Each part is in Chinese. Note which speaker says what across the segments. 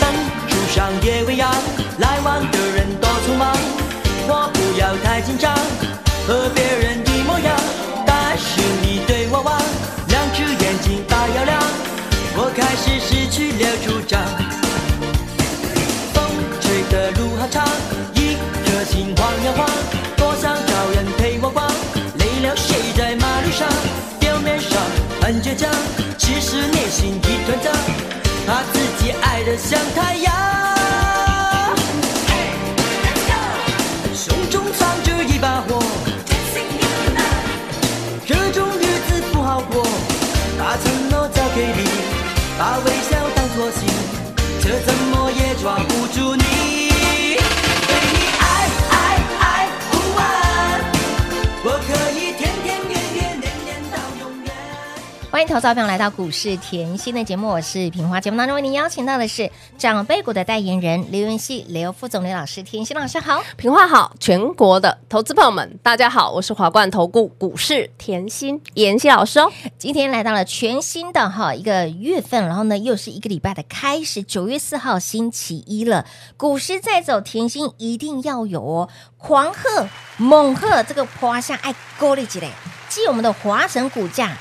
Speaker 1: 灯树上夜未央，来往的人多匆忙，我不要太紧张，和别人一模样。但是你对我望，两只眼睛发摇亮，我开始失去了主张。风吹的路好长，一颗心晃呀晃，多想找人陪我逛。累了睡在马路上，表面上很倔强，其实内心一团糟，把自己爱得像太阳。胸中藏着一把火，这种日子不好过，把承诺交给你，把微笑当作信，这怎么也抓不住你。对你爱爱爱不完，我可以天天月月年年到永远。
Speaker 2: 欢迎投资者朋友来到股市甜心的节目，我是平花。节目当中为您邀请到的是长辈股的代言人刘云熙、刘副总、刘老师，甜心老师好。
Speaker 3: 平话好，全国的投资朋友们，大家好，我是华冠投顾股市甜心妍希老师哦。
Speaker 2: 今天来到了全新的哈一个月份，然后呢又是一个礼拜的开始，九月四号星期一了，股市在走，甜心一定要有哦，狂贺猛贺这个华夏爱勾勒起来，继我们的华晨股价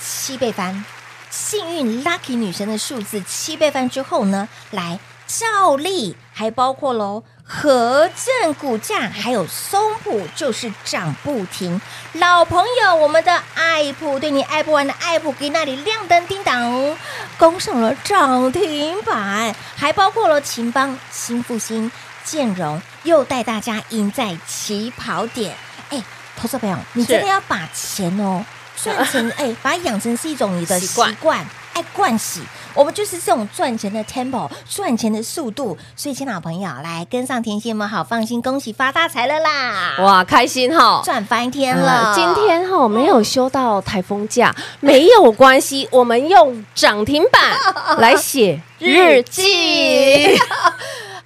Speaker 2: 七倍翻，幸运 lucky 女神的数字七倍翻之后呢，来照例还包括喽。和正股价还有松浦就是涨不停，老朋友，我们的爱普对你爱不完的爱普给那里亮灯叮当，攻上了涨停板，还包括了秦邦、新复兴、建荣，又带大家赢在起跑点。哎，投资朋友，你
Speaker 3: 是
Speaker 2: 真的要把钱哦赚 钱，哎，把它养成是一种你的习
Speaker 3: 习惯
Speaker 2: 惯。惯，爱惯喜。我们就是这种赚钱的 tempo，赚钱的速度。所以，亲老朋友，来跟上甜心，我们好放心，恭喜发大财了啦！
Speaker 3: 哇，开心哈、
Speaker 2: 啊赚翻天了！嗯
Speaker 3: 呃今天哈、没有休到台风假，没有关系，我们用涨停 板来写日记。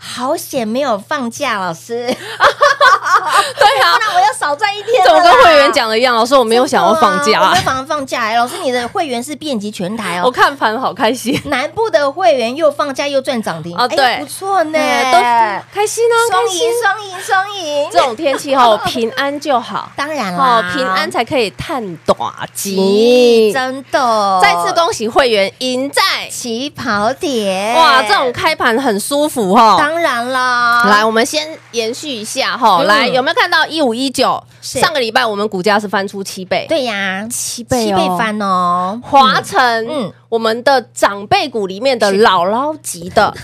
Speaker 2: 好险没有放假，老 师，
Speaker 3: 对啊
Speaker 2: 不， 然我要少赚一天了
Speaker 3: 怎
Speaker 2: 啦。
Speaker 3: 么跟会员讲的一样？老师，我没有想要放假、
Speaker 2: 对啊我没有想要放假、哎，老师，你的会员是遍及全 台
Speaker 3: 我
Speaker 2: 哦。
Speaker 3: 看盘好开心
Speaker 2: 南部的会员又放假又赚涨停
Speaker 3: 哦
Speaker 2: 哎
Speaker 3: 对
Speaker 2: 不错 呢，
Speaker 3: 哎都开心啊，
Speaker 2: 双
Speaker 3: 开心
Speaker 2: 赢。双赢双赢。
Speaker 3: 这种天气哈、平安 就好，
Speaker 2: 当然
Speaker 3: 哦
Speaker 2: 啦，，
Speaker 3: 平安才可以探短
Speaker 2: 咦
Speaker 3: 期。
Speaker 2: 真的，啊
Speaker 3: 再次恭喜会员赢在
Speaker 2: 起跑点。
Speaker 3: 哇，这种开盘很舒服哈。
Speaker 2: 哎当然啦，
Speaker 3: 来，我们先延续一下哈。
Speaker 2: 嗯
Speaker 3: 来，有没有看到一五一九？
Speaker 2: 是
Speaker 3: 上个礼拜我们股价是翻出七倍，，哦
Speaker 2: 对呀，七
Speaker 3: 七
Speaker 2: 倍翻哦，
Speaker 3: 华晨，
Speaker 2: 嗯嗯
Speaker 3: 我们的长辈股里面的姥姥级的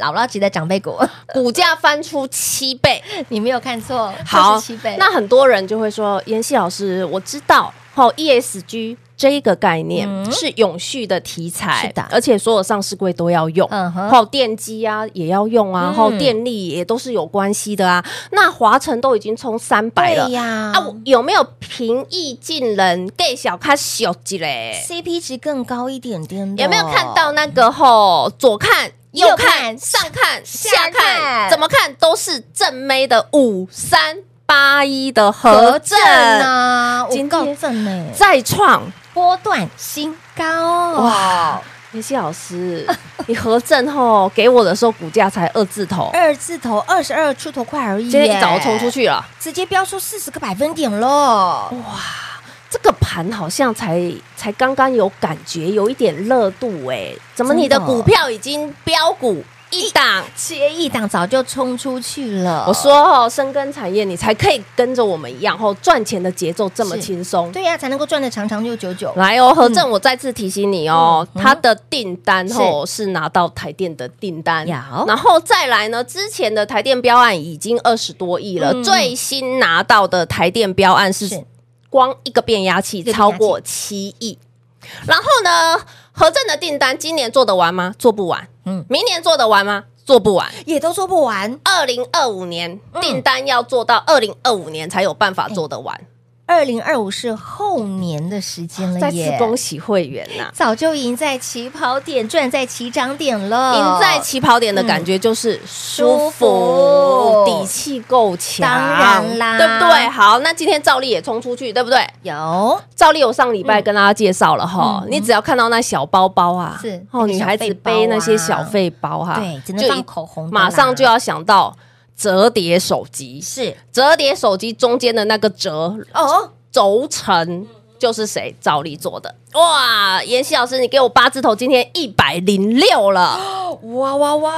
Speaker 2: 姥姥级的长辈股，
Speaker 3: 股价翻出七倍，
Speaker 2: 你没有看错，
Speaker 3: 好，
Speaker 2: 就是七倍。
Speaker 3: 那很多人就会说，妍希老师，我知道，哦，ESG 这一个概念
Speaker 2: 嗯
Speaker 3: 是永续的题材，
Speaker 2: 是的
Speaker 3: 而且所有上市柜都要用，
Speaker 2: 嗯哼
Speaker 3: 然后电机啊也要用
Speaker 2: 嗯
Speaker 3: 啊，然后电力也都是有关系的啊。那华晨都已经冲三百了
Speaker 2: 对。呀
Speaker 3: 啊，我有没有平易近人、给小看小几嘞？
Speaker 2: ，CP 值更高一点点的，
Speaker 3: 哎有没有看到那个吼？左看、
Speaker 2: 右
Speaker 3: 右
Speaker 2: 看
Speaker 3: 看、上看、
Speaker 2: 下
Speaker 3: 下
Speaker 2: 看
Speaker 3: 看，怎么看都是正妹的五三八一的
Speaker 2: 合
Speaker 3: 合
Speaker 2: 正
Speaker 3: 正，
Speaker 2: 啊？我
Speaker 3: 今天
Speaker 2: 告正呢，
Speaker 3: 再创
Speaker 2: 波段新高哇，
Speaker 3: 妍希老师， 你合正吼给我的时候股价才二字头，
Speaker 2: 二字头二十二出头块而已耶，
Speaker 3: 今天一早就冲出去了。
Speaker 2: 直接飙出四十个百分点喽！
Speaker 3: 这个盘好像才才刚刚有感觉，有一点热度哎、怎么你的
Speaker 2: 真的哦
Speaker 3: 股票已经标股一档。
Speaker 2: 接一档早就冲出去了。
Speaker 3: 我说哦，深耕产业，你才可以跟着我们一样哦，赚钱的节奏这么
Speaker 2: 是
Speaker 3: 轻松。
Speaker 2: 对呀、才能够赚的长长久久久。
Speaker 3: 来哦，何正，我再次提醒你哦，
Speaker 2: 嗯
Speaker 3: 他的订单哦是拿到台电的订单，
Speaker 2: 有
Speaker 3: 然后再来呢，之前的台电标案已经二十多亿了，
Speaker 2: 嗯
Speaker 3: 最新拿到的台电标案
Speaker 2: 是
Speaker 3: 是光一个变压器
Speaker 2: 一个变压器
Speaker 3: 超过七亿，然后呢，何正的订单今年做得完吗？做不完，
Speaker 2: 嗯
Speaker 3: 嗯，明年做得完吗？做不完。
Speaker 2: 也都做不完，
Speaker 3: 二零二五年
Speaker 2: 嗯
Speaker 3: 订单要做到二零二五年才有办法做得完，
Speaker 2: 二零二五是后年的时间了
Speaker 3: 再
Speaker 2: 耶
Speaker 3: 次。恭喜会员呐、
Speaker 2: 早就赢在起跑点，赚在起涨点了，
Speaker 3: 赢在起跑点的感觉就是呃舒
Speaker 2: 舒服
Speaker 3: 服，底气够强，
Speaker 2: 当然啦
Speaker 3: 对不对？好，那今天照例也冲出去，对不对？
Speaker 2: 有
Speaker 3: 照例我上礼拜跟大家介绍了哈
Speaker 2: 嗯，
Speaker 3: 你只要看到那小包包啊，
Speaker 2: 是那
Speaker 3: 哦，
Speaker 2: 个
Speaker 3: 女
Speaker 2: 小
Speaker 3: 孩
Speaker 2: 费
Speaker 3: 子
Speaker 2: 包啊
Speaker 3: 背那些小费包哈，
Speaker 2: 对只能
Speaker 3: 就
Speaker 2: 放
Speaker 3: 一
Speaker 2: 口红的啦
Speaker 3: 马上就要想到折叠手机，
Speaker 2: 是
Speaker 3: 折叠手机中间的那个折
Speaker 2: 哦，
Speaker 3: 轴承就是谁照例做的。哇，妍希老师，你给我八字头，今天一百零六了，啊
Speaker 2: 哇哇哇！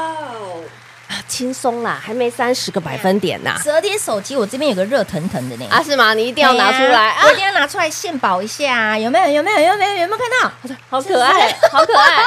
Speaker 3: 轻松啦，还没三十个百分点呐、
Speaker 2: 折叠手机，我这边有个热腾腾的呢，
Speaker 3: 啊，是吗？你一
Speaker 2: 一
Speaker 3: 定要拿出来啊
Speaker 2: 我一，定要拿出来献宝一下，啊有没有？有没有？有没有？有没有看到
Speaker 3: 好可爱，好可爱，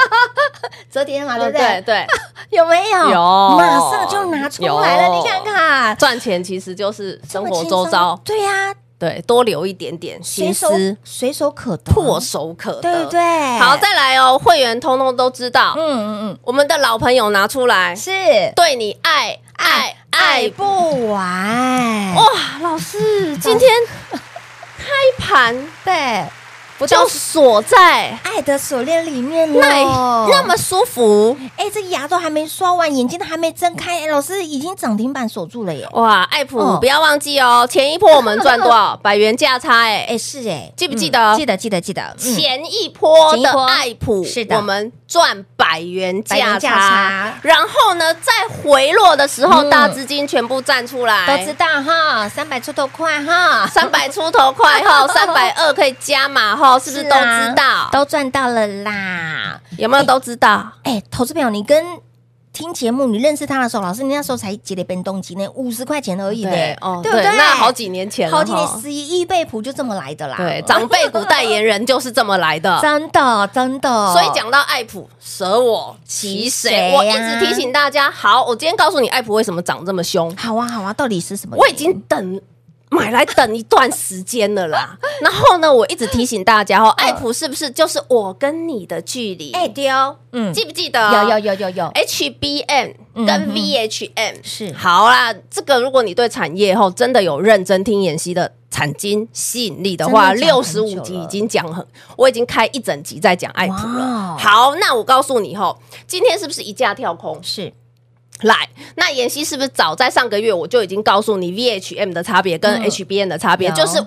Speaker 2: 折叠嘛？ 对
Speaker 3: 对
Speaker 2: 不对
Speaker 3: 对？哦对，
Speaker 2: 有没有？
Speaker 3: 有
Speaker 2: 马上就拿出来了，
Speaker 3: 有
Speaker 2: 你看看，
Speaker 3: 赚钱其实就是生活
Speaker 2: 这么轻
Speaker 3: 周
Speaker 2: 松
Speaker 3: 遭，
Speaker 2: 对呀，
Speaker 3: 对，多留一点点
Speaker 2: 随
Speaker 3: 心
Speaker 2: 手
Speaker 3: 思，
Speaker 2: 随手可得，
Speaker 3: 唾手可得，
Speaker 2: 对不？对？
Speaker 3: 好，再来哦，会员通通都知道，
Speaker 2: 嗯嗯
Speaker 3: 我们的老朋友拿出来
Speaker 2: 嗯，，是
Speaker 3: 对你爱爱爱
Speaker 2: 爱不完，
Speaker 3: 哇，老师，今天开盘
Speaker 2: 对，
Speaker 3: 不就锁在
Speaker 2: 爱的锁链里面了，
Speaker 3: 那那么舒服
Speaker 2: 哎，这牙都还没刷完，眼睛都还没睁开，哎老师已经涨停板锁住了耶！
Speaker 3: 哇！爱普、
Speaker 2: 嗯
Speaker 3: 不要忘记哦，前一波我们赚多 少百元价差哎、
Speaker 2: 哎，是哎，
Speaker 3: 记不记得
Speaker 2: 嗯记得，记得，记得。嗯
Speaker 3: 前一波
Speaker 2: 前一波
Speaker 3: 的爱普，
Speaker 2: 是的
Speaker 3: 我们赚百元
Speaker 2: 百元
Speaker 3: 价
Speaker 2: 价
Speaker 3: 差
Speaker 2: 差，
Speaker 3: 然后呢，在回落的时候，
Speaker 2: 嗯
Speaker 3: 大资金全部站出来，
Speaker 2: 都知道哈，三百出头块哈，
Speaker 3: 三百出头快 哈，三百二可以加码哈，是不是都
Speaker 2: 啊
Speaker 3: 知道？
Speaker 2: 都赚到了啦。
Speaker 3: 有没有都知道？
Speaker 2: 哎，投资朋友，你跟听节目，你认识他的时候，老师你那时候才几点变动机呢？五十块钱而已呢，
Speaker 3: 哦，
Speaker 2: 对不对？
Speaker 3: 那好几年前了哈，
Speaker 2: 好几年十一亿倍谱就这么来的啦。嗯
Speaker 3: 对，长辈股代言人就是这么来的。
Speaker 2: 真的真的，
Speaker 3: 所以讲到爱普，舍我其
Speaker 2: 谁
Speaker 3: 谁？
Speaker 2: 呀
Speaker 3: 我一直提醒大家，好，我今天告诉你爱普为什么涨这么凶，
Speaker 2: 好啊好啊，到底是什么原因？
Speaker 3: 我已经等。买来等一段时间了 啦，然后呢，我一直提醒大家哦，爱普是不是就是我跟你的距离？
Speaker 2: 哎丢，嗯，
Speaker 3: 记不记得？
Speaker 2: 有有有有有，
Speaker 3: HBM
Speaker 2: 嗯
Speaker 3: 跟
Speaker 2: 哼
Speaker 3: VHM
Speaker 2: 是
Speaker 3: 好啦，这个如果你对产业后真的有认真听妍希的产经吸引力的话，
Speaker 2: 真的讲
Speaker 3: 六
Speaker 2: 很久
Speaker 3: 十
Speaker 2: 了
Speaker 3: 五集已经讲很，我已经开一整集在讲爱普
Speaker 2: 哇哦
Speaker 3: 了。好，那我告诉你吼，今天是不是一架跳空？
Speaker 2: 是
Speaker 3: 来，那妍希是不是早在上个月我就已经告诉你 VHM 的差别跟
Speaker 2: 嗯
Speaker 3: HBM 的差别，
Speaker 2: 有
Speaker 3: 就是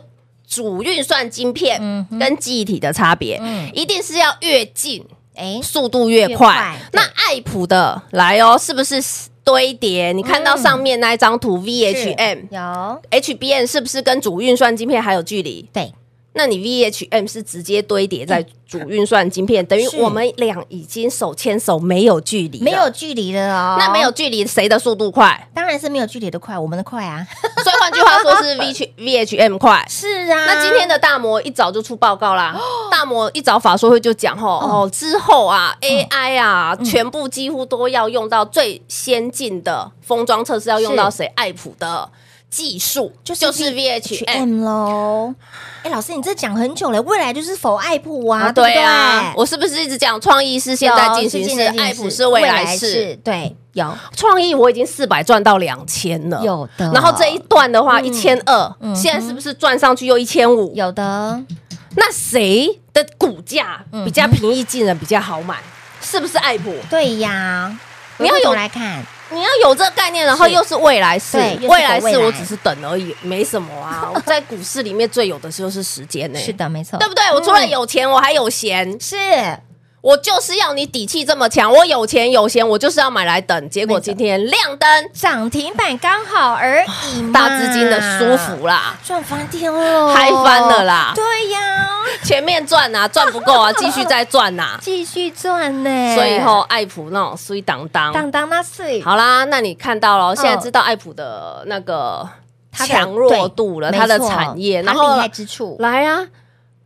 Speaker 3: 主运算晶片
Speaker 2: 嗯哼
Speaker 3: 跟记忆体的差别，
Speaker 2: 嗯
Speaker 3: 一定是要越近
Speaker 2: 哎
Speaker 3: 速度越
Speaker 2: 越
Speaker 3: 快。
Speaker 2: 快对
Speaker 3: 那爱普的来哦，是不是堆叠？你看到上面那一张图，VHM
Speaker 2: 嗯是、有
Speaker 3: HBM 是不是跟主运算晶片还有距离？
Speaker 2: 对
Speaker 3: 那你 VHM 是直接堆叠在主运算晶片，等于
Speaker 2: 是
Speaker 3: 我们俩已经手牵手没有距离了，
Speaker 2: 没有距离了哦，
Speaker 3: 那没有，距离，谁的速度快？
Speaker 2: 当然是没有距离的快，我们的快啊，
Speaker 3: 所以换句话说是 V H V H M 快。
Speaker 2: 是啊
Speaker 3: 那今天
Speaker 2: 的
Speaker 3: 的大摩一早就出报告啦，大摩一早法说会就讲吼哦，之后啊 AI 啊，全部几乎都要用到最先进的封装测试，要用到谁？爱普的技术就是 V H 哎 M。
Speaker 2: M 喽，哎，老师你这讲很久了，未来就是否爱普啊，对不
Speaker 3: 对
Speaker 2: 对
Speaker 3: 啊，我是不是一直讲创意是现在进行式，爱普是未来式？，
Speaker 2: 对，有
Speaker 3: 创意我已经四百赚到两千了，
Speaker 2: 有的，
Speaker 3: 然后这一段的话
Speaker 2: 嗯
Speaker 3: 一千二
Speaker 2: 嗯，
Speaker 3: 现在是不是赚上去又一千五？
Speaker 2: 有的
Speaker 3: 那谁的股价比较平易近人，比较好买？是不是爱普？
Speaker 2: 对呀，
Speaker 3: 你要有
Speaker 2: 回过头来看，
Speaker 3: 你要有这个概念，然后
Speaker 2: 是
Speaker 3: 又是未来式
Speaker 2: 对又是，
Speaker 3: 未来
Speaker 2: 未
Speaker 3: 式
Speaker 2: 来
Speaker 3: 我只是等而已，没什么 啊。我在股市里面最有的就是时间呢，嗯
Speaker 2: 是，的，没错，
Speaker 3: 对不对？我除了有钱，我还有闲，
Speaker 2: 是
Speaker 3: 我就是要你底气这么强，我有钱有闲，我就是要买来等。结果今天亮灯，
Speaker 2: 涨停板刚好而已嘛，
Speaker 3: 大资金的舒服啦，
Speaker 2: 赚翻天了，
Speaker 3: 嗨翻了啦
Speaker 2: 对呀，
Speaker 3: 前面赚啊赚不 够啊，继续再赚呐、
Speaker 2: 继续赚呢。
Speaker 3: 所以以后爱普那种碎当当，
Speaker 2: 当当那碎，
Speaker 3: 好啦，那你看到了，现在知道爱普的那个
Speaker 2: 嗯它的
Speaker 3: 强弱度了，
Speaker 2: 对
Speaker 3: 它的
Speaker 2: 没错
Speaker 3: 产业，
Speaker 2: 它
Speaker 3: 然后
Speaker 2: 厉害之处，
Speaker 3: 来啊，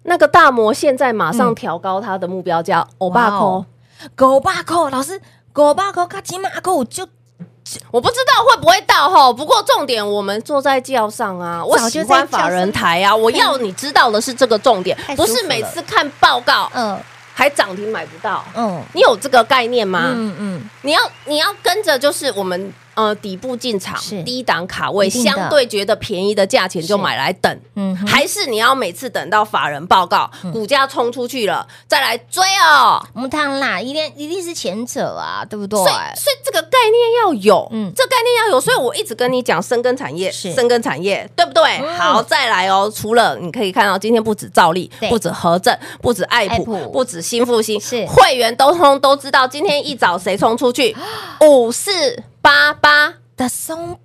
Speaker 3: 那个大摩现在马上调高它的目标价，欧巴
Speaker 2: 哇哦
Speaker 3: 扣，
Speaker 2: 狗巴扣老师，狗巴扣卡吉马扣就
Speaker 3: 我不知道会不会到吼，不过重点我们坐在轿上啊，我
Speaker 2: 早
Speaker 3: 喜
Speaker 2: 就在
Speaker 3: 欢法人台啊，我 要你知道的是这个重点
Speaker 2: 太，舒
Speaker 3: 不
Speaker 2: 服了
Speaker 3: 是每次看报告
Speaker 2: 嗯
Speaker 3: 还涨停买不到，
Speaker 2: 嗯
Speaker 3: 你有这个概念吗？
Speaker 2: 嗯嗯，
Speaker 3: 你要你要跟着就是我们呃底部进场
Speaker 2: 是，
Speaker 3: 低档卡位，
Speaker 2: 一定的
Speaker 3: 相对觉得便宜的价钱就买来等。
Speaker 2: 嗯哼
Speaker 3: 还是你要每次等到法人报告，股价冲出去了再来追哦。
Speaker 2: 木汤啦，一定一定是前者啊，对不对
Speaker 3: 所？以，所以这个概念要有，
Speaker 2: 嗯
Speaker 3: 这概念要有。所以我一直跟你讲深耕产业，
Speaker 2: 是
Speaker 3: 深耕产业，对不对？
Speaker 2: 嗯
Speaker 3: 好，再来哦。除了你可以看到，今天不止兆利
Speaker 2: 对，
Speaker 3: 不止和正，不止爱
Speaker 2: 爱
Speaker 3: 普
Speaker 2: 普，
Speaker 3: 不止新复兴，
Speaker 2: 是
Speaker 3: 会员都通都知道，今天一早谁冲 出去？五四八八
Speaker 2: 的松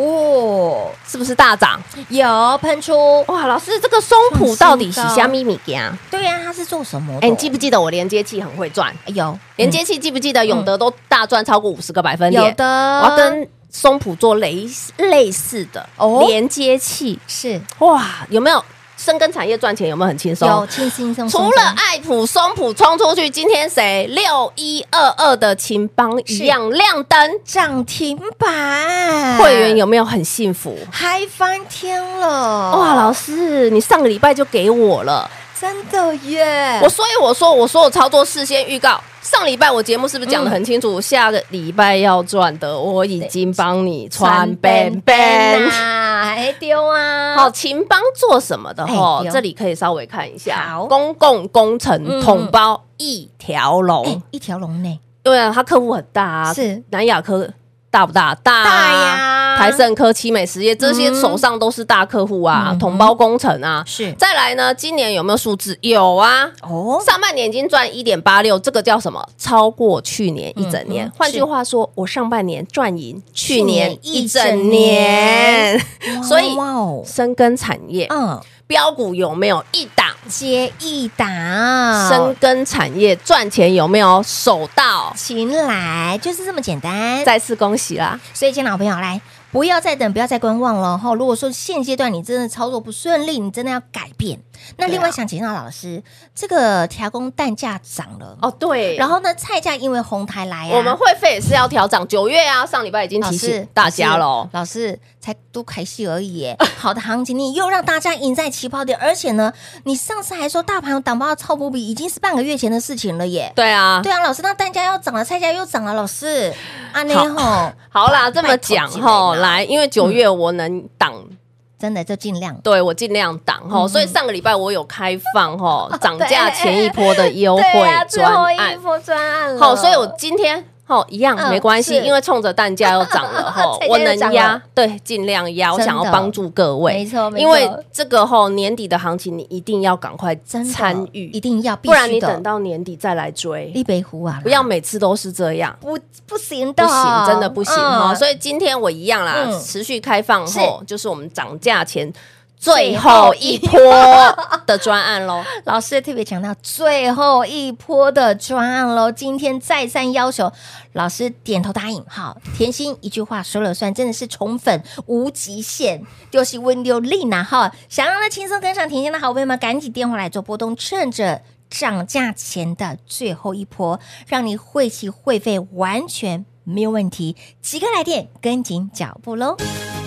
Speaker 2: 浦
Speaker 3: 是不是大涨？
Speaker 2: 有喷出，
Speaker 3: 哇，老师，这个松
Speaker 2: 创
Speaker 3: 浦
Speaker 2: 新
Speaker 3: 到底是
Speaker 2: 高
Speaker 3: 虾米米啊？
Speaker 2: 对呀，他是做什么的？
Speaker 3: 哎，你记不记得我连接器很会赚？
Speaker 2: 有
Speaker 3: 连接器记不记得永德都大赚超过五十个百分点？
Speaker 2: 有的，
Speaker 3: 我要跟松浦做类似类似的
Speaker 2: 哦
Speaker 3: 连接器，
Speaker 2: 是
Speaker 3: 哇，有没有深耕产业赚钱有没有很轻松？
Speaker 2: 有轻轻松松，
Speaker 3: 除了爱普、松浦冲出去，今天谁六一二二的秦邦
Speaker 2: 是
Speaker 3: 一样亮灯，
Speaker 2: 涨停板，
Speaker 3: 会员有没有很幸福？
Speaker 2: 嗨翻天了，
Speaker 3: 哇，老师，你上个礼拜就给我了，
Speaker 2: 真的耶！
Speaker 3: 我所以我说我说我操作事先预告，上礼拜我节目是不是
Speaker 2: 嗯
Speaker 3: 讲的很清楚？我下个礼拜要赚的，我已经帮你穿边边。
Speaker 2: 啊，还丢啊，
Speaker 3: 好，秦邦做什么的
Speaker 2: 哎
Speaker 3: 哈
Speaker 2: 对哦？
Speaker 3: 这里可以稍微看一下
Speaker 2: 好，
Speaker 3: 公共工
Speaker 2: 嗯
Speaker 3: 程统包一条
Speaker 2: 哎
Speaker 3: 龙，，
Speaker 2: 一条龙呢，
Speaker 3: 对啊，它客户很大啊，
Speaker 2: 是
Speaker 3: 南亚科大不大？大啊
Speaker 2: 大呀
Speaker 3: 台盛科、奇美实业这些
Speaker 2: 嗯
Speaker 3: 手上都是大客户啊
Speaker 2: 嗯，
Speaker 3: 统包工程啊。
Speaker 2: 是
Speaker 3: 再来呢，今年有没有数字？有啊。
Speaker 2: 哦，
Speaker 3: 上半年已经赚一点八六，这个叫什么？超过去年一整年。
Speaker 2: 嗯嗯
Speaker 3: 换句
Speaker 2: 是
Speaker 3: 话说，我上半年赚赢
Speaker 2: 去
Speaker 3: 去年
Speaker 2: 年一
Speaker 3: 一
Speaker 2: 整
Speaker 3: 整年。所以
Speaker 2: 哇哦，
Speaker 3: 深耕产业，
Speaker 2: 嗯，
Speaker 3: 标股有没有一档？
Speaker 2: 接一档，啊
Speaker 3: 深耕产业赚钱有没有手到？
Speaker 2: 擒来就是这么简单。
Speaker 3: 再次恭喜啦！
Speaker 2: 所以，亲老朋友来，不要再等，不要再观望了哈。如果说现阶段你真的操作不顺利，你真的要改变。那
Speaker 3: 对啊
Speaker 2: 另外想请教老师，这个调工蛋价涨了，
Speaker 3: 哦，对
Speaker 2: 然
Speaker 3: 然后
Speaker 2: 后呢，菜价因为红台来啊，
Speaker 3: 我们会费也是要调涨，九月啊，上礼拜已经
Speaker 2: 老
Speaker 3: 提
Speaker 2: 师
Speaker 3: 醒大家喽。
Speaker 2: 老师才都开戏而已耶， 好的行情你又让大家赢在起跑点，而且呢，你上次还说大盘挡包超波比已经是半个月前的事情了耶。
Speaker 3: 对啊，
Speaker 2: 对啊，老师，那蛋价要涨了，菜价又涨了，老师，啊内
Speaker 3: 好
Speaker 2: 吼，
Speaker 3: 好啦，这么讲
Speaker 2: 拜托几
Speaker 3: 吼，
Speaker 2: 位啦
Speaker 3: 来，因为九月我能挡，
Speaker 2: 真的就尽量
Speaker 3: 对我尽量挡
Speaker 2: 嗯
Speaker 3: 吼，所以上个礼拜我有开放
Speaker 2: 哦
Speaker 3: 吼涨价前一波的优
Speaker 2: 啊
Speaker 3: 惠专案，
Speaker 2: 波专案了
Speaker 3: 好，所以我今天哦一样
Speaker 2: 嗯
Speaker 3: 没关系，
Speaker 2: 是
Speaker 3: 因为冲着蛋价又涨了 吼
Speaker 2: 菜价，又
Speaker 3: 我能
Speaker 2: 涨
Speaker 3: 压
Speaker 2: 了，
Speaker 3: 对，尽量压，我
Speaker 2: 真的
Speaker 3: 想要帮助各位，
Speaker 2: 没错没错
Speaker 3: 因为这个吼年底的行情你一定要赶快
Speaker 2: 真的
Speaker 3: 参与，
Speaker 2: 一定要，必
Speaker 3: 不然你
Speaker 2: 须的
Speaker 3: 等。到年底再来追，
Speaker 2: 立北湖啊，
Speaker 3: 不要每次都是这样。
Speaker 2: 不不行
Speaker 3: 不
Speaker 2: 的，
Speaker 3: 行，真的不行
Speaker 2: 嗯
Speaker 3: 哈！所以今天我一样啦
Speaker 2: 嗯，
Speaker 3: 持续开放
Speaker 2: 是
Speaker 3: 后，就是我们涨价前
Speaker 2: 最
Speaker 3: 最
Speaker 2: 后
Speaker 3: 后
Speaker 2: 一
Speaker 3: 一波的专案喽。
Speaker 2: 老师特别强调最后一波的专案喽，今天再三要求老师点头答应。好，甜心一句话说了算，真的是宠粉无极限，就是温流丽娜哈。想要呢轻松跟上甜心的好朋友们，赶紧电话来做波动，趁着。涨价前的最后一波，让你汇齐会费完全没有问题，即刻来电跟紧脚步喽。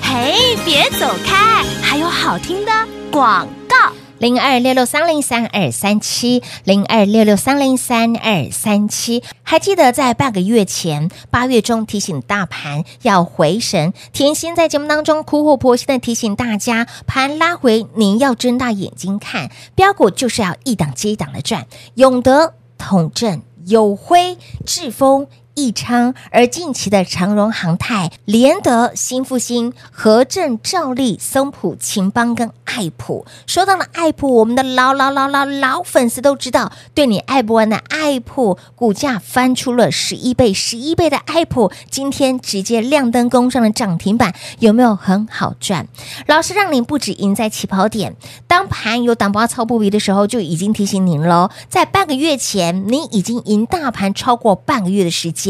Speaker 4: 嘿，别走开，还有好听的广告。
Speaker 2: 零二六六三零三二三七，零二六六三零三二三七。还记得在半个月前，八月中提醒大盘要回神，甜心在节目当中苦口婆心的提醒大家，盘拉回您要睁大眼睛看，标股就是要一档接一档的赚。永德、统正、友辉、智峰。益昌，而近期的长荣航太、联德、新复兴、和正、兆利、松浦、秦邦跟爱普。说到了爱普，我们的老老老老老粉丝都知道，对你爱不完的爱普股价翻出了十一倍，十一倍的爱普今天直接亮灯攻上了涨停板，有没有很好赚？老师让您不止赢在起跑点，当盘有挡包超不比的时候，就已经提醒您喽。在半个月前，您已经赢大盘超过半个月的时间。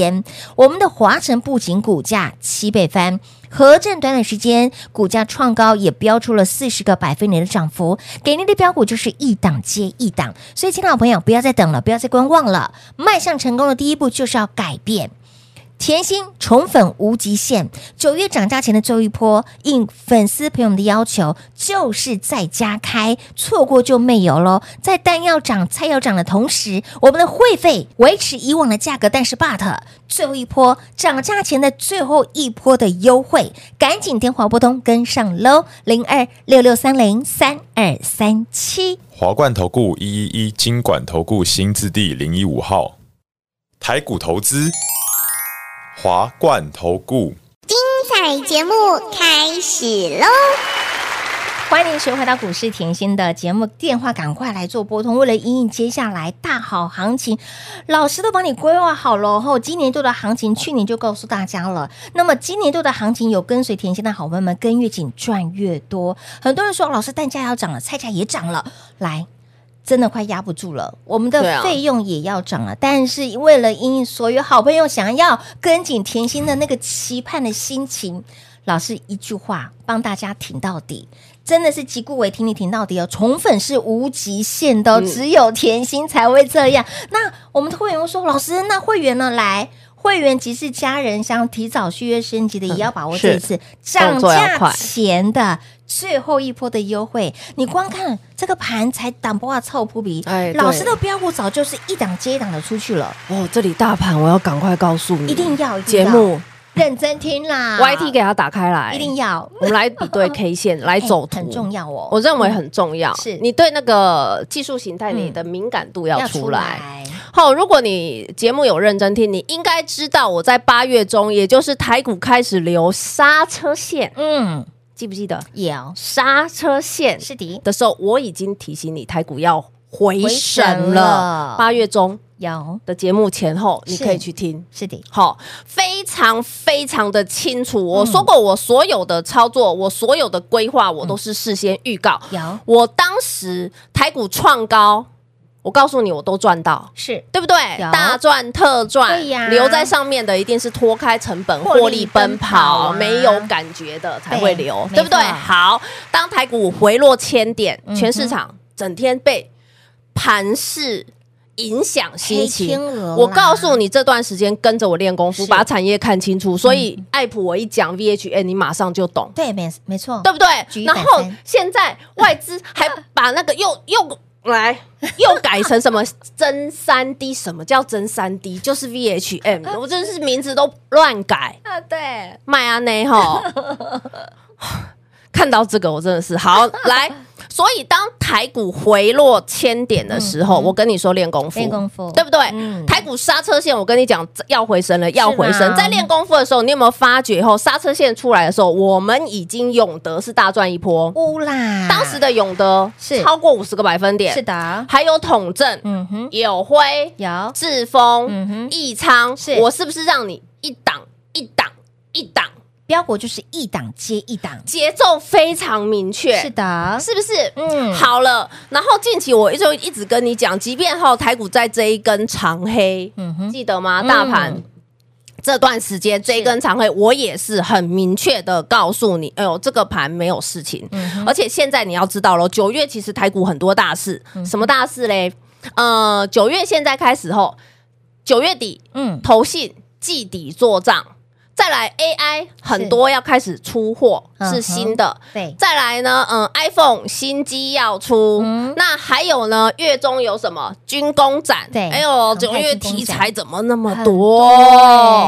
Speaker 2: 我们的华晨不仅股价七倍翻。和正短短时间，股价创高也标出了四十个百分点的涨幅，给您的标股就是一档接一档。所以，亲爱的朋友，不要再等了，不要再观望了，迈向成功的第一步就是要改变。甜心宠粉无极限，九月涨价前的最后一波，应粉丝朋友们的要求，就是再加开，错过就没有喽。在蛋要涨、菜要涨的同时，我们的会费维持以往的价格，但是 but 最后一波涨价前的最后一波的优惠，赶紧电话拨通跟上喽，零二六六三零三二三七。
Speaker 5: 华冠投顾一一一金管投顾新字第零一五号，台股投资，华冠投顾。
Speaker 6: 彩节目开始喽！
Speaker 2: 欢迎收回到股市甜心的节目，电话赶快来做拨通。为了因应接下来大好行情，老师都帮你规划好了。后今年度的行情，去年就告诉大家了。那么今年度的行情，有跟随甜心的好朋友们跟越紧赚越多。很多人说，老师蛋价要涨了，菜价也涨了，来。真的快压不住了，我们
Speaker 3: 对
Speaker 2: 的
Speaker 3: 啊
Speaker 2: 费用也要涨了。但是为了因应所有好朋友想要跟紧甜心的那个期盼的心情，老师一句话帮大家挺到底，真的是极顾为听你挺到底哦。宠粉是无极限
Speaker 3: 嗯
Speaker 2: 的、哦，只有甜心才会这样。那我们的会员说，老师，那会员呢？来。会员即是家人，想提早续约升级的，也要把握这一
Speaker 3: 是
Speaker 2: 次涨
Speaker 3: 动作要
Speaker 2: 价
Speaker 3: 快
Speaker 2: 前的最后一波的优惠，你光看这个盘才挡不啊臭扑鼻，
Speaker 3: 哎
Speaker 2: 老师
Speaker 3: 对
Speaker 2: 的标股早就是一档接一档的出去了，
Speaker 3: 哦，这里大盘，我要赶快告诉你，
Speaker 2: 一定要一定
Speaker 3: 嗯节
Speaker 2: 要
Speaker 3: 目
Speaker 2: 认真听啦
Speaker 3: YT 给它打开来，
Speaker 2: 一定要
Speaker 3: 我们来比对 K 线，来走
Speaker 2: 哎
Speaker 3: 图，
Speaker 2: 很重要哦，
Speaker 3: 我认为很重要，
Speaker 2: 是
Speaker 3: 你对那个技术形态你
Speaker 2: 嗯
Speaker 3: 的敏感度要出来。
Speaker 2: 来，
Speaker 3: 好，如果你节目有认真听，你应该知道我在八月中，也就是台股开始留刹车线，
Speaker 2: 嗯，
Speaker 3: 记不记得
Speaker 2: 有
Speaker 3: 刹车线
Speaker 2: 是的，
Speaker 3: 的时候，我已经提醒你台股要回
Speaker 2: 回神
Speaker 3: 神
Speaker 2: 了
Speaker 3: 了。八月中
Speaker 2: 有
Speaker 3: 的节目前后，你
Speaker 2: 是
Speaker 3: 可以去听。
Speaker 2: 是的，
Speaker 3: 好，非常非常的清楚。我说过，我所有的操作，我所有的规划，我都是事先预告。
Speaker 2: 有
Speaker 3: 我当时台股创高，我告诉你，我都赚到。
Speaker 2: 是
Speaker 3: 对不对
Speaker 2: 有？
Speaker 3: 大赚特赚，
Speaker 2: 对呀
Speaker 3: 留在上面的一定是脱开成本、
Speaker 2: 获利
Speaker 3: 获利奔
Speaker 2: 奔跑
Speaker 3: 跑，
Speaker 2: 啊
Speaker 3: 没有感觉的才会留，
Speaker 2: 对
Speaker 3: 对不对？
Speaker 2: 没错
Speaker 3: 好，当台股回落千点
Speaker 2: 嗯，哼
Speaker 3: 全市场整天被盘势影响心
Speaker 2: 黑
Speaker 3: 情
Speaker 2: 天鹅啦。
Speaker 3: 我告诉你，这段时间跟着我练功夫，
Speaker 2: 是嗯
Speaker 3: 把产业看清楚。所以爱普我一讲 VHN，你马上就懂。
Speaker 2: 对，没没错，
Speaker 3: 对不对
Speaker 2: 嗯举一？
Speaker 3: 然
Speaker 2: 反
Speaker 3: 后
Speaker 2: 三
Speaker 3: 现在外资还把那个又又 来又改成什么真三 D？什么叫真三 D？就是 VHM，我真是名字都乱改，
Speaker 2: 啊，对，
Speaker 3: 麦安内哈。 看到这个，我真的是 好来。所以当台股回落千点的时候，我跟你说练功
Speaker 2: 嗯
Speaker 3: 夫，
Speaker 2: 练功夫
Speaker 3: 对不对？
Speaker 2: 嗯
Speaker 3: 台股刹车线，我跟你讲要回升了，要回
Speaker 2: 是吗
Speaker 3: 升。在练功夫的时候，你有没有发觉？后刹车线出来的时候，我们已经永德是大赚一波。
Speaker 2: 乌啦，
Speaker 3: 当时的永德
Speaker 2: 是
Speaker 3: 超过五十个百分点，
Speaker 2: 是，的，
Speaker 3: 还有统正、
Speaker 2: 嗯哼，
Speaker 3: 友辉、
Speaker 2: 有
Speaker 3: 志
Speaker 2: 嗯
Speaker 3: 峰
Speaker 2: 哼、
Speaker 3: 益昌，
Speaker 2: 是
Speaker 3: 我是不是让你一档一档一档，
Speaker 2: 标股就是一档接一档，
Speaker 3: 节奏非常明确？
Speaker 2: 是的，
Speaker 3: 是不是？
Speaker 2: 嗯
Speaker 3: 嗯，好了。然后近期我就一直跟你讲，即便后台股在这一根长黑，
Speaker 2: 嗯哼，
Speaker 3: 记得吗？大盘。
Speaker 2: 嗯
Speaker 3: 这段时间这一根长黑，我也是很明确的告诉你，哎呦，这个盘没有事情。
Speaker 2: 嗯
Speaker 3: 而且现在你要知道喽，九月其实台股很多大事，
Speaker 2: 嗯
Speaker 3: 什么大事嘞？呃，九月现在开始后，九月底
Speaker 2: 嗯，
Speaker 3: 投信季底做账，再来 AI 很多要开始出货，
Speaker 2: 嗯哼
Speaker 3: 是新的。
Speaker 2: 对，
Speaker 3: 再来呢，嗯，iPhone 新机要出，
Speaker 2: 嗯
Speaker 3: 那还有呢，月中有什么军工展？
Speaker 2: 对
Speaker 3: 哎呦，
Speaker 2: 很
Speaker 3: 九
Speaker 2: 快
Speaker 3: 月
Speaker 2: 军工
Speaker 3: 题
Speaker 2: 展
Speaker 3: 材怎么那么
Speaker 2: 很欸
Speaker 3: 多？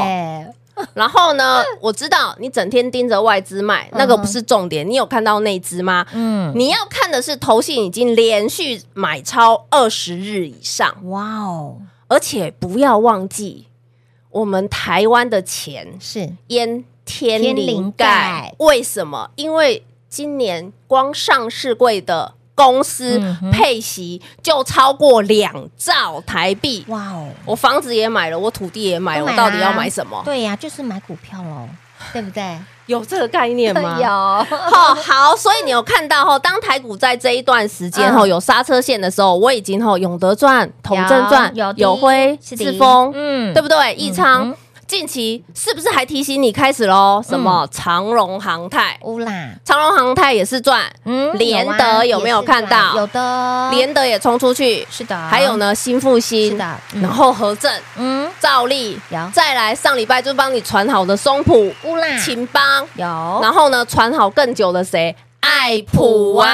Speaker 2: 对
Speaker 3: 然后呢，我知道你整天盯着外资卖，那个
Speaker 2: 嗯哼
Speaker 3: 不是重点，你有看到内资吗？
Speaker 2: 嗯，
Speaker 3: 你要看的是投信已经连续买超二十日以上，
Speaker 2: 哇哦，
Speaker 3: 而且不要忘记，我们台湾的钱
Speaker 2: 是
Speaker 3: 淹天
Speaker 2: 天
Speaker 3: 灵
Speaker 2: 灵
Speaker 3: 盖
Speaker 2: 盖。
Speaker 3: 为什么？因为今年光上市柜的公司
Speaker 2: 嗯哼
Speaker 3: 配息就超过两兆台币。
Speaker 2: 哇哦，
Speaker 3: 我房子也买了，我土地也买了，
Speaker 2: 都
Speaker 3: 哎我
Speaker 2: 买啊啦
Speaker 3: 到底要买什么？
Speaker 2: 对呀、就是买股票喽，对不对？
Speaker 3: 有这个概念吗？
Speaker 2: 有，
Speaker 3: 哦，好，所以你有看到哈，当台股在这一段时间哈、
Speaker 2: 嗯
Speaker 3: 有刹车线的时候，我已经哈永德赚、统正赚、
Speaker 2: 有
Speaker 3: 友辉、
Speaker 2: 是
Speaker 3: 世丰，
Speaker 2: 嗯
Speaker 3: 对不对？益昌、
Speaker 2: 嗯
Speaker 3: 近期是不是还提醒你开始喽？什么、长荣航太？
Speaker 2: 乌啦，
Speaker 3: 长荣航太也是赚，
Speaker 2: 嗯
Speaker 3: 联德有没有看到
Speaker 2: 有的，
Speaker 3: 联德也冲出去，
Speaker 2: 是的，
Speaker 3: 还有？呢新复兴，
Speaker 2: 是的嗯
Speaker 3: 然后和正、
Speaker 2: 嗯，
Speaker 3: 兆利
Speaker 2: 有，嗯
Speaker 3: 再来上礼拜就帮你传好的松浦、
Speaker 2: 乌啦，
Speaker 3: 秦邦，
Speaker 2: 有
Speaker 3: 然后呢传好更久的谁？爱普啊。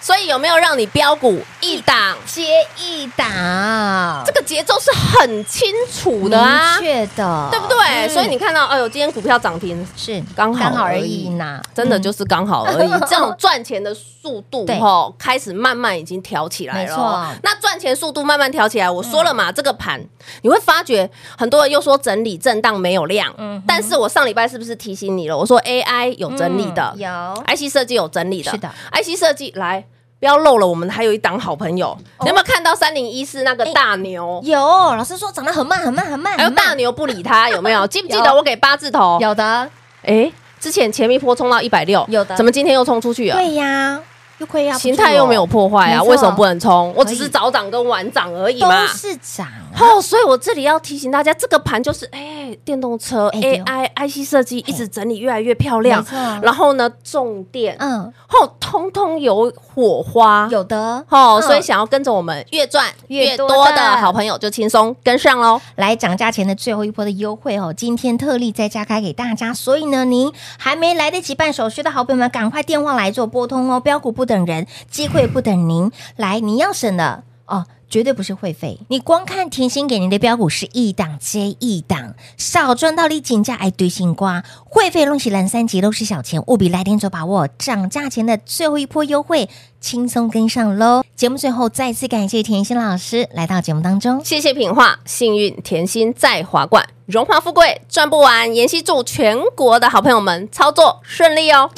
Speaker 3: 所以有没有让你标股一档？
Speaker 2: 接一档，
Speaker 3: 这个节奏是很清楚的啊
Speaker 2: 明，确的，
Speaker 3: 对不对？
Speaker 2: 嗯
Speaker 3: 所以你看到，哎呦，今天股票涨停，
Speaker 2: 是
Speaker 3: 刚好
Speaker 2: 刚好
Speaker 3: 而
Speaker 2: 而
Speaker 3: 已
Speaker 2: 已呐，
Speaker 3: 真的
Speaker 2: 嗯
Speaker 3: 就是刚 好而已。这种赚钱的速度
Speaker 2: 对
Speaker 3: 吼，开始慢慢已经调起来了
Speaker 2: 没
Speaker 3: 哦
Speaker 2: 错。嗯
Speaker 3: 那赚钱速度慢慢调起来，我说了嘛，这个盘你会发觉很多人又说整理震荡没有量，
Speaker 2: 嗯
Speaker 3: 但是我上礼拜是不是提醒你了？我说 AI 有整理的
Speaker 2: 嗯，有
Speaker 3: IC 设计有整理的，
Speaker 2: 是的
Speaker 3: ，IC 设计来。不要漏了，我们还有一档好朋
Speaker 2: 哦
Speaker 3: 友，你有没有看到三零一四那个大牛？
Speaker 2: 有，老师说长得很慢，很慢，很慢，
Speaker 3: 还有
Speaker 2: 很慢
Speaker 3: 大牛不理他，有没有？记不记得
Speaker 2: 哎有
Speaker 3: 我给八字头？
Speaker 2: 有的，
Speaker 3: 哎，之前前一波冲到一百六，
Speaker 2: 有的
Speaker 3: 怎么今天又冲出去了？
Speaker 2: 对呀，又亏呀，
Speaker 3: 形态又没有破坏啊，
Speaker 2: 没错
Speaker 3: 为什么不能冲？我
Speaker 2: 可
Speaker 3: 只是
Speaker 2: 以
Speaker 3: 早涨跟晚涨而已
Speaker 2: 都
Speaker 3: 嘛。
Speaker 2: 是涨啊，
Speaker 3: 哦，所以我这里要提醒大家，这个盘就是哎、电动车、
Speaker 2: 哎对哦
Speaker 3: AI、IC 设计一直整理越来越漂亮
Speaker 2: 没错，
Speaker 3: 然后呢，重点
Speaker 2: 嗯，
Speaker 3: 哦，通通有火花。
Speaker 2: 有的
Speaker 3: 哦，
Speaker 2: 嗯
Speaker 3: 所以想要跟着我们越赚
Speaker 2: 越
Speaker 3: 越
Speaker 2: 多
Speaker 3: 多
Speaker 2: 的
Speaker 3: 的好朋友，就轻松跟上喽。
Speaker 2: 来涨价前的最后一波的优惠哦，今天特例再加开给大家，所以呢，您还没来得及办手续的好朋友们，赶快电话来做拨通哦，标股不等人，机会不等您，来，你要省的哦。绝对不是会费，你光看甜心给您的标股是一档接一档，少赚到你紧价哎堆心瓜，会费弄起蓝三级都是小钱，务必来电做把握，涨价前的最后一波优惠，轻松跟上喽！节目最后再次感谢甜心老师来到节目当中。
Speaker 3: 谢谢品画，幸运甜心在华冠，荣华富贵赚不完。妍希祝全国的好朋友们操作顺利哦。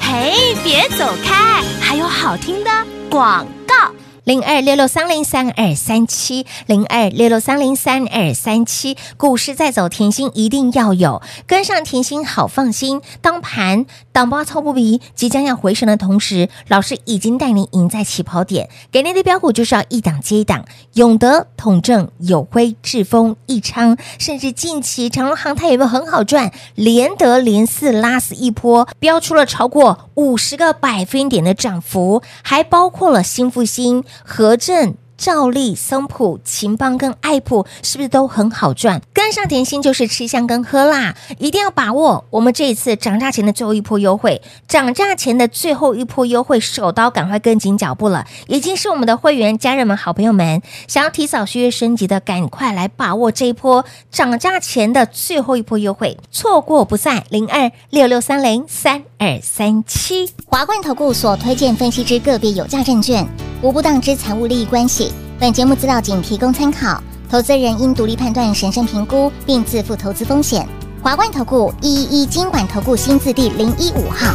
Speaker 4: 嘿，别走开，还有好听的广告。
Speaker 2: 零二六六三零三二三七，零二六六三零三二三七，股市在走，甜心一定要有，跟上甜心好放心。当盘当包操不比即将要回升的同时，老师已经带您赢在起跑点，给您的标股就是要一档接一档，永德、统正、友辉、智峰、益昌，甚至近期长荣航太有没有很好赚？连得连四拉死一波，标出了超过五十个百分点的涨幅，还包括了新复兴、和正。兆利、松浦、秦邦跟爱普是不是都很好赚？跟上甜心就是吃香跟喝辣，一定要把握我们这一次涨价前的最后一波优惠，涨价前的最后一波优惠，手刀赶快跟紧脚步了，已经是我们的会员家人们、好朋友们，想要提早续约升级的，赶快来把握这一波涨价前的最后一波优惠，错过不再。零二六六三零三二三七。
Speaker 6: 华冠投顾所推荐分析之个别有价证券，无不当之财务利益关系。本节目资料仅提供参考，投资人应独立判断、审慎评估，并自负投资风险。华冠投顾一一一金管投顾新字第零一五号。